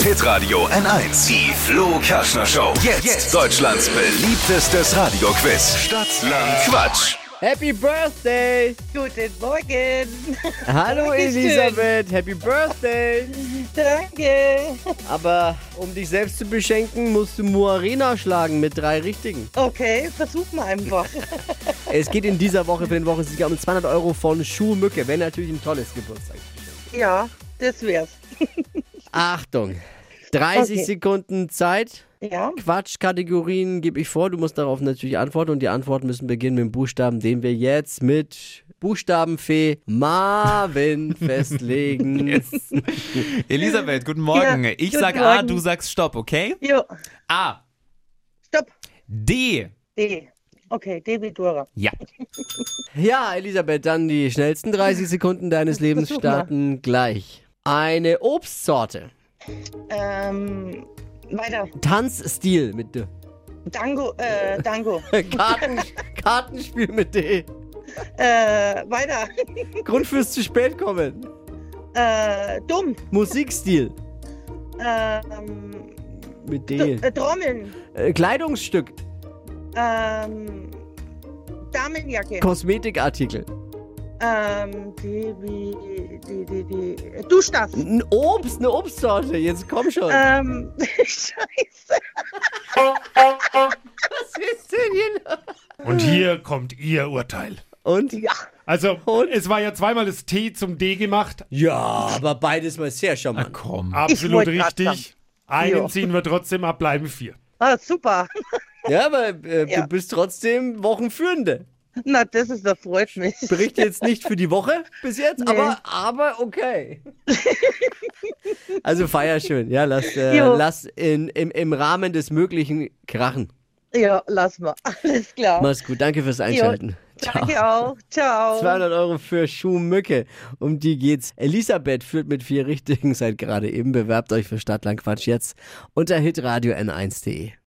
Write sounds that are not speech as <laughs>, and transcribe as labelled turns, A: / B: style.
A: Hitradio N1. Die Flo Kaschner Show. Jetzt, Deutschlands beliebtestes Radioquiz. Stadt, Land, Quatsch.
B: Happy Birthday!
C: Guten Morgen. <laughs>
B: Hallo
C: Dankeschön.
B: Elisabeth, Happy Birthday!
C: Danke.
B: Aber um dich selbst zu beschenken, musst du Moarena schlagen mit drei Richtigen.
C: Okay, versuch mal einfach.
B: Es geht in dieser Woche für den Wochensieger um 200 Euro von Schuhmücke. Wäre natürlich ein tolles Geburtstagsgeschenk.
C: ja, das wär's.
B: Achtung! 30
C: Okay.
B: Sekunden Zeit.
C: Ja,
B: Quatschkategorien gebe ich vor. Du musst darauf natürlich antworten. Und die Antworten müssen beginnen mit dem Buchstaben, den wir jetzt mit Buchstabenfee Marvin <laughs> festlegen.
D: Elisabeth, guten Morgen.
C: Ja,
D: ich
C: guten
D: sag A,
C: Morgen.
D: du sagst Stopp, okay?
C: jo,
D: A.
C: stopp.
D: D.
C: D. Okay, D wie Dora.
D: Ja.
B: Ja, Elisabeth, dann die schnellsten 30 Sekunden
C: <laughs>
B: deines Lebens
C: Versuch mal.
B: starten gleich. Eine Obstsorte.
C: Ähm, weiter.
B: Tanzstil mit D.
C: Dango, äh, Dango. <laughs>
B: Karten, Kartenspiel mit D.
C: äh, weiter.
B: Grund fürs zu spät kommen.
C: Äh, dumm.
B: Musikstil
C: Ähm,
B: mit
C: du,
B: D.
C: äh, Trommeln.
B: Äh, Kleidungsstück.
C: Ähm, Damenjacke.
B: Kosmetikartikel.
C: Ähm, D wie, D, D, D. Duschstaff.
B: Ein Obst, eine Obstsorte. Jetzt komm schon.
C: Ähm, <laughs> scheiße.
B: Was ist denn hier?
E: Und
C: Hm.
E: hier kommt Ihr Urteil.
B: Und ja.
E: Also, es war ja zweimal das T zum D gemacht.
B: Ja, aber beides mal sehr charmant.
C: Ah,
D: Komm.
E: Absolut
C: wollte grad sagen.
E: richtig. Einen
C: Jo.
E: ziehen wir trotzdem ab, bleiben vier.
C: Ah, super.
B: Ja, aber äh,
C: Ja.
B: du bist trotzdem Wochenführende.
C: Na, das ist, das freut mich.
B: Berichte jetzt nicht für die Woche bis jetzt, aber, aber okay. Also feier schön, ja, lass, äh,
C: Jo.
B: lass in, im, im Rahmen des Möglichen krachen.
C: Ja, lass mal. Alles klar.
B: Mach's gut, danke fürs Einschalten. Ciao.
C: Danke auch. Ciao.
B: 200 Euro für Schuhmücke, um die geht's. Elisabeth führt mit vier Richtigen seit gerade eben. Bewerbt euch für Stadtlandquatsch jetzt unter hitradio n1.de.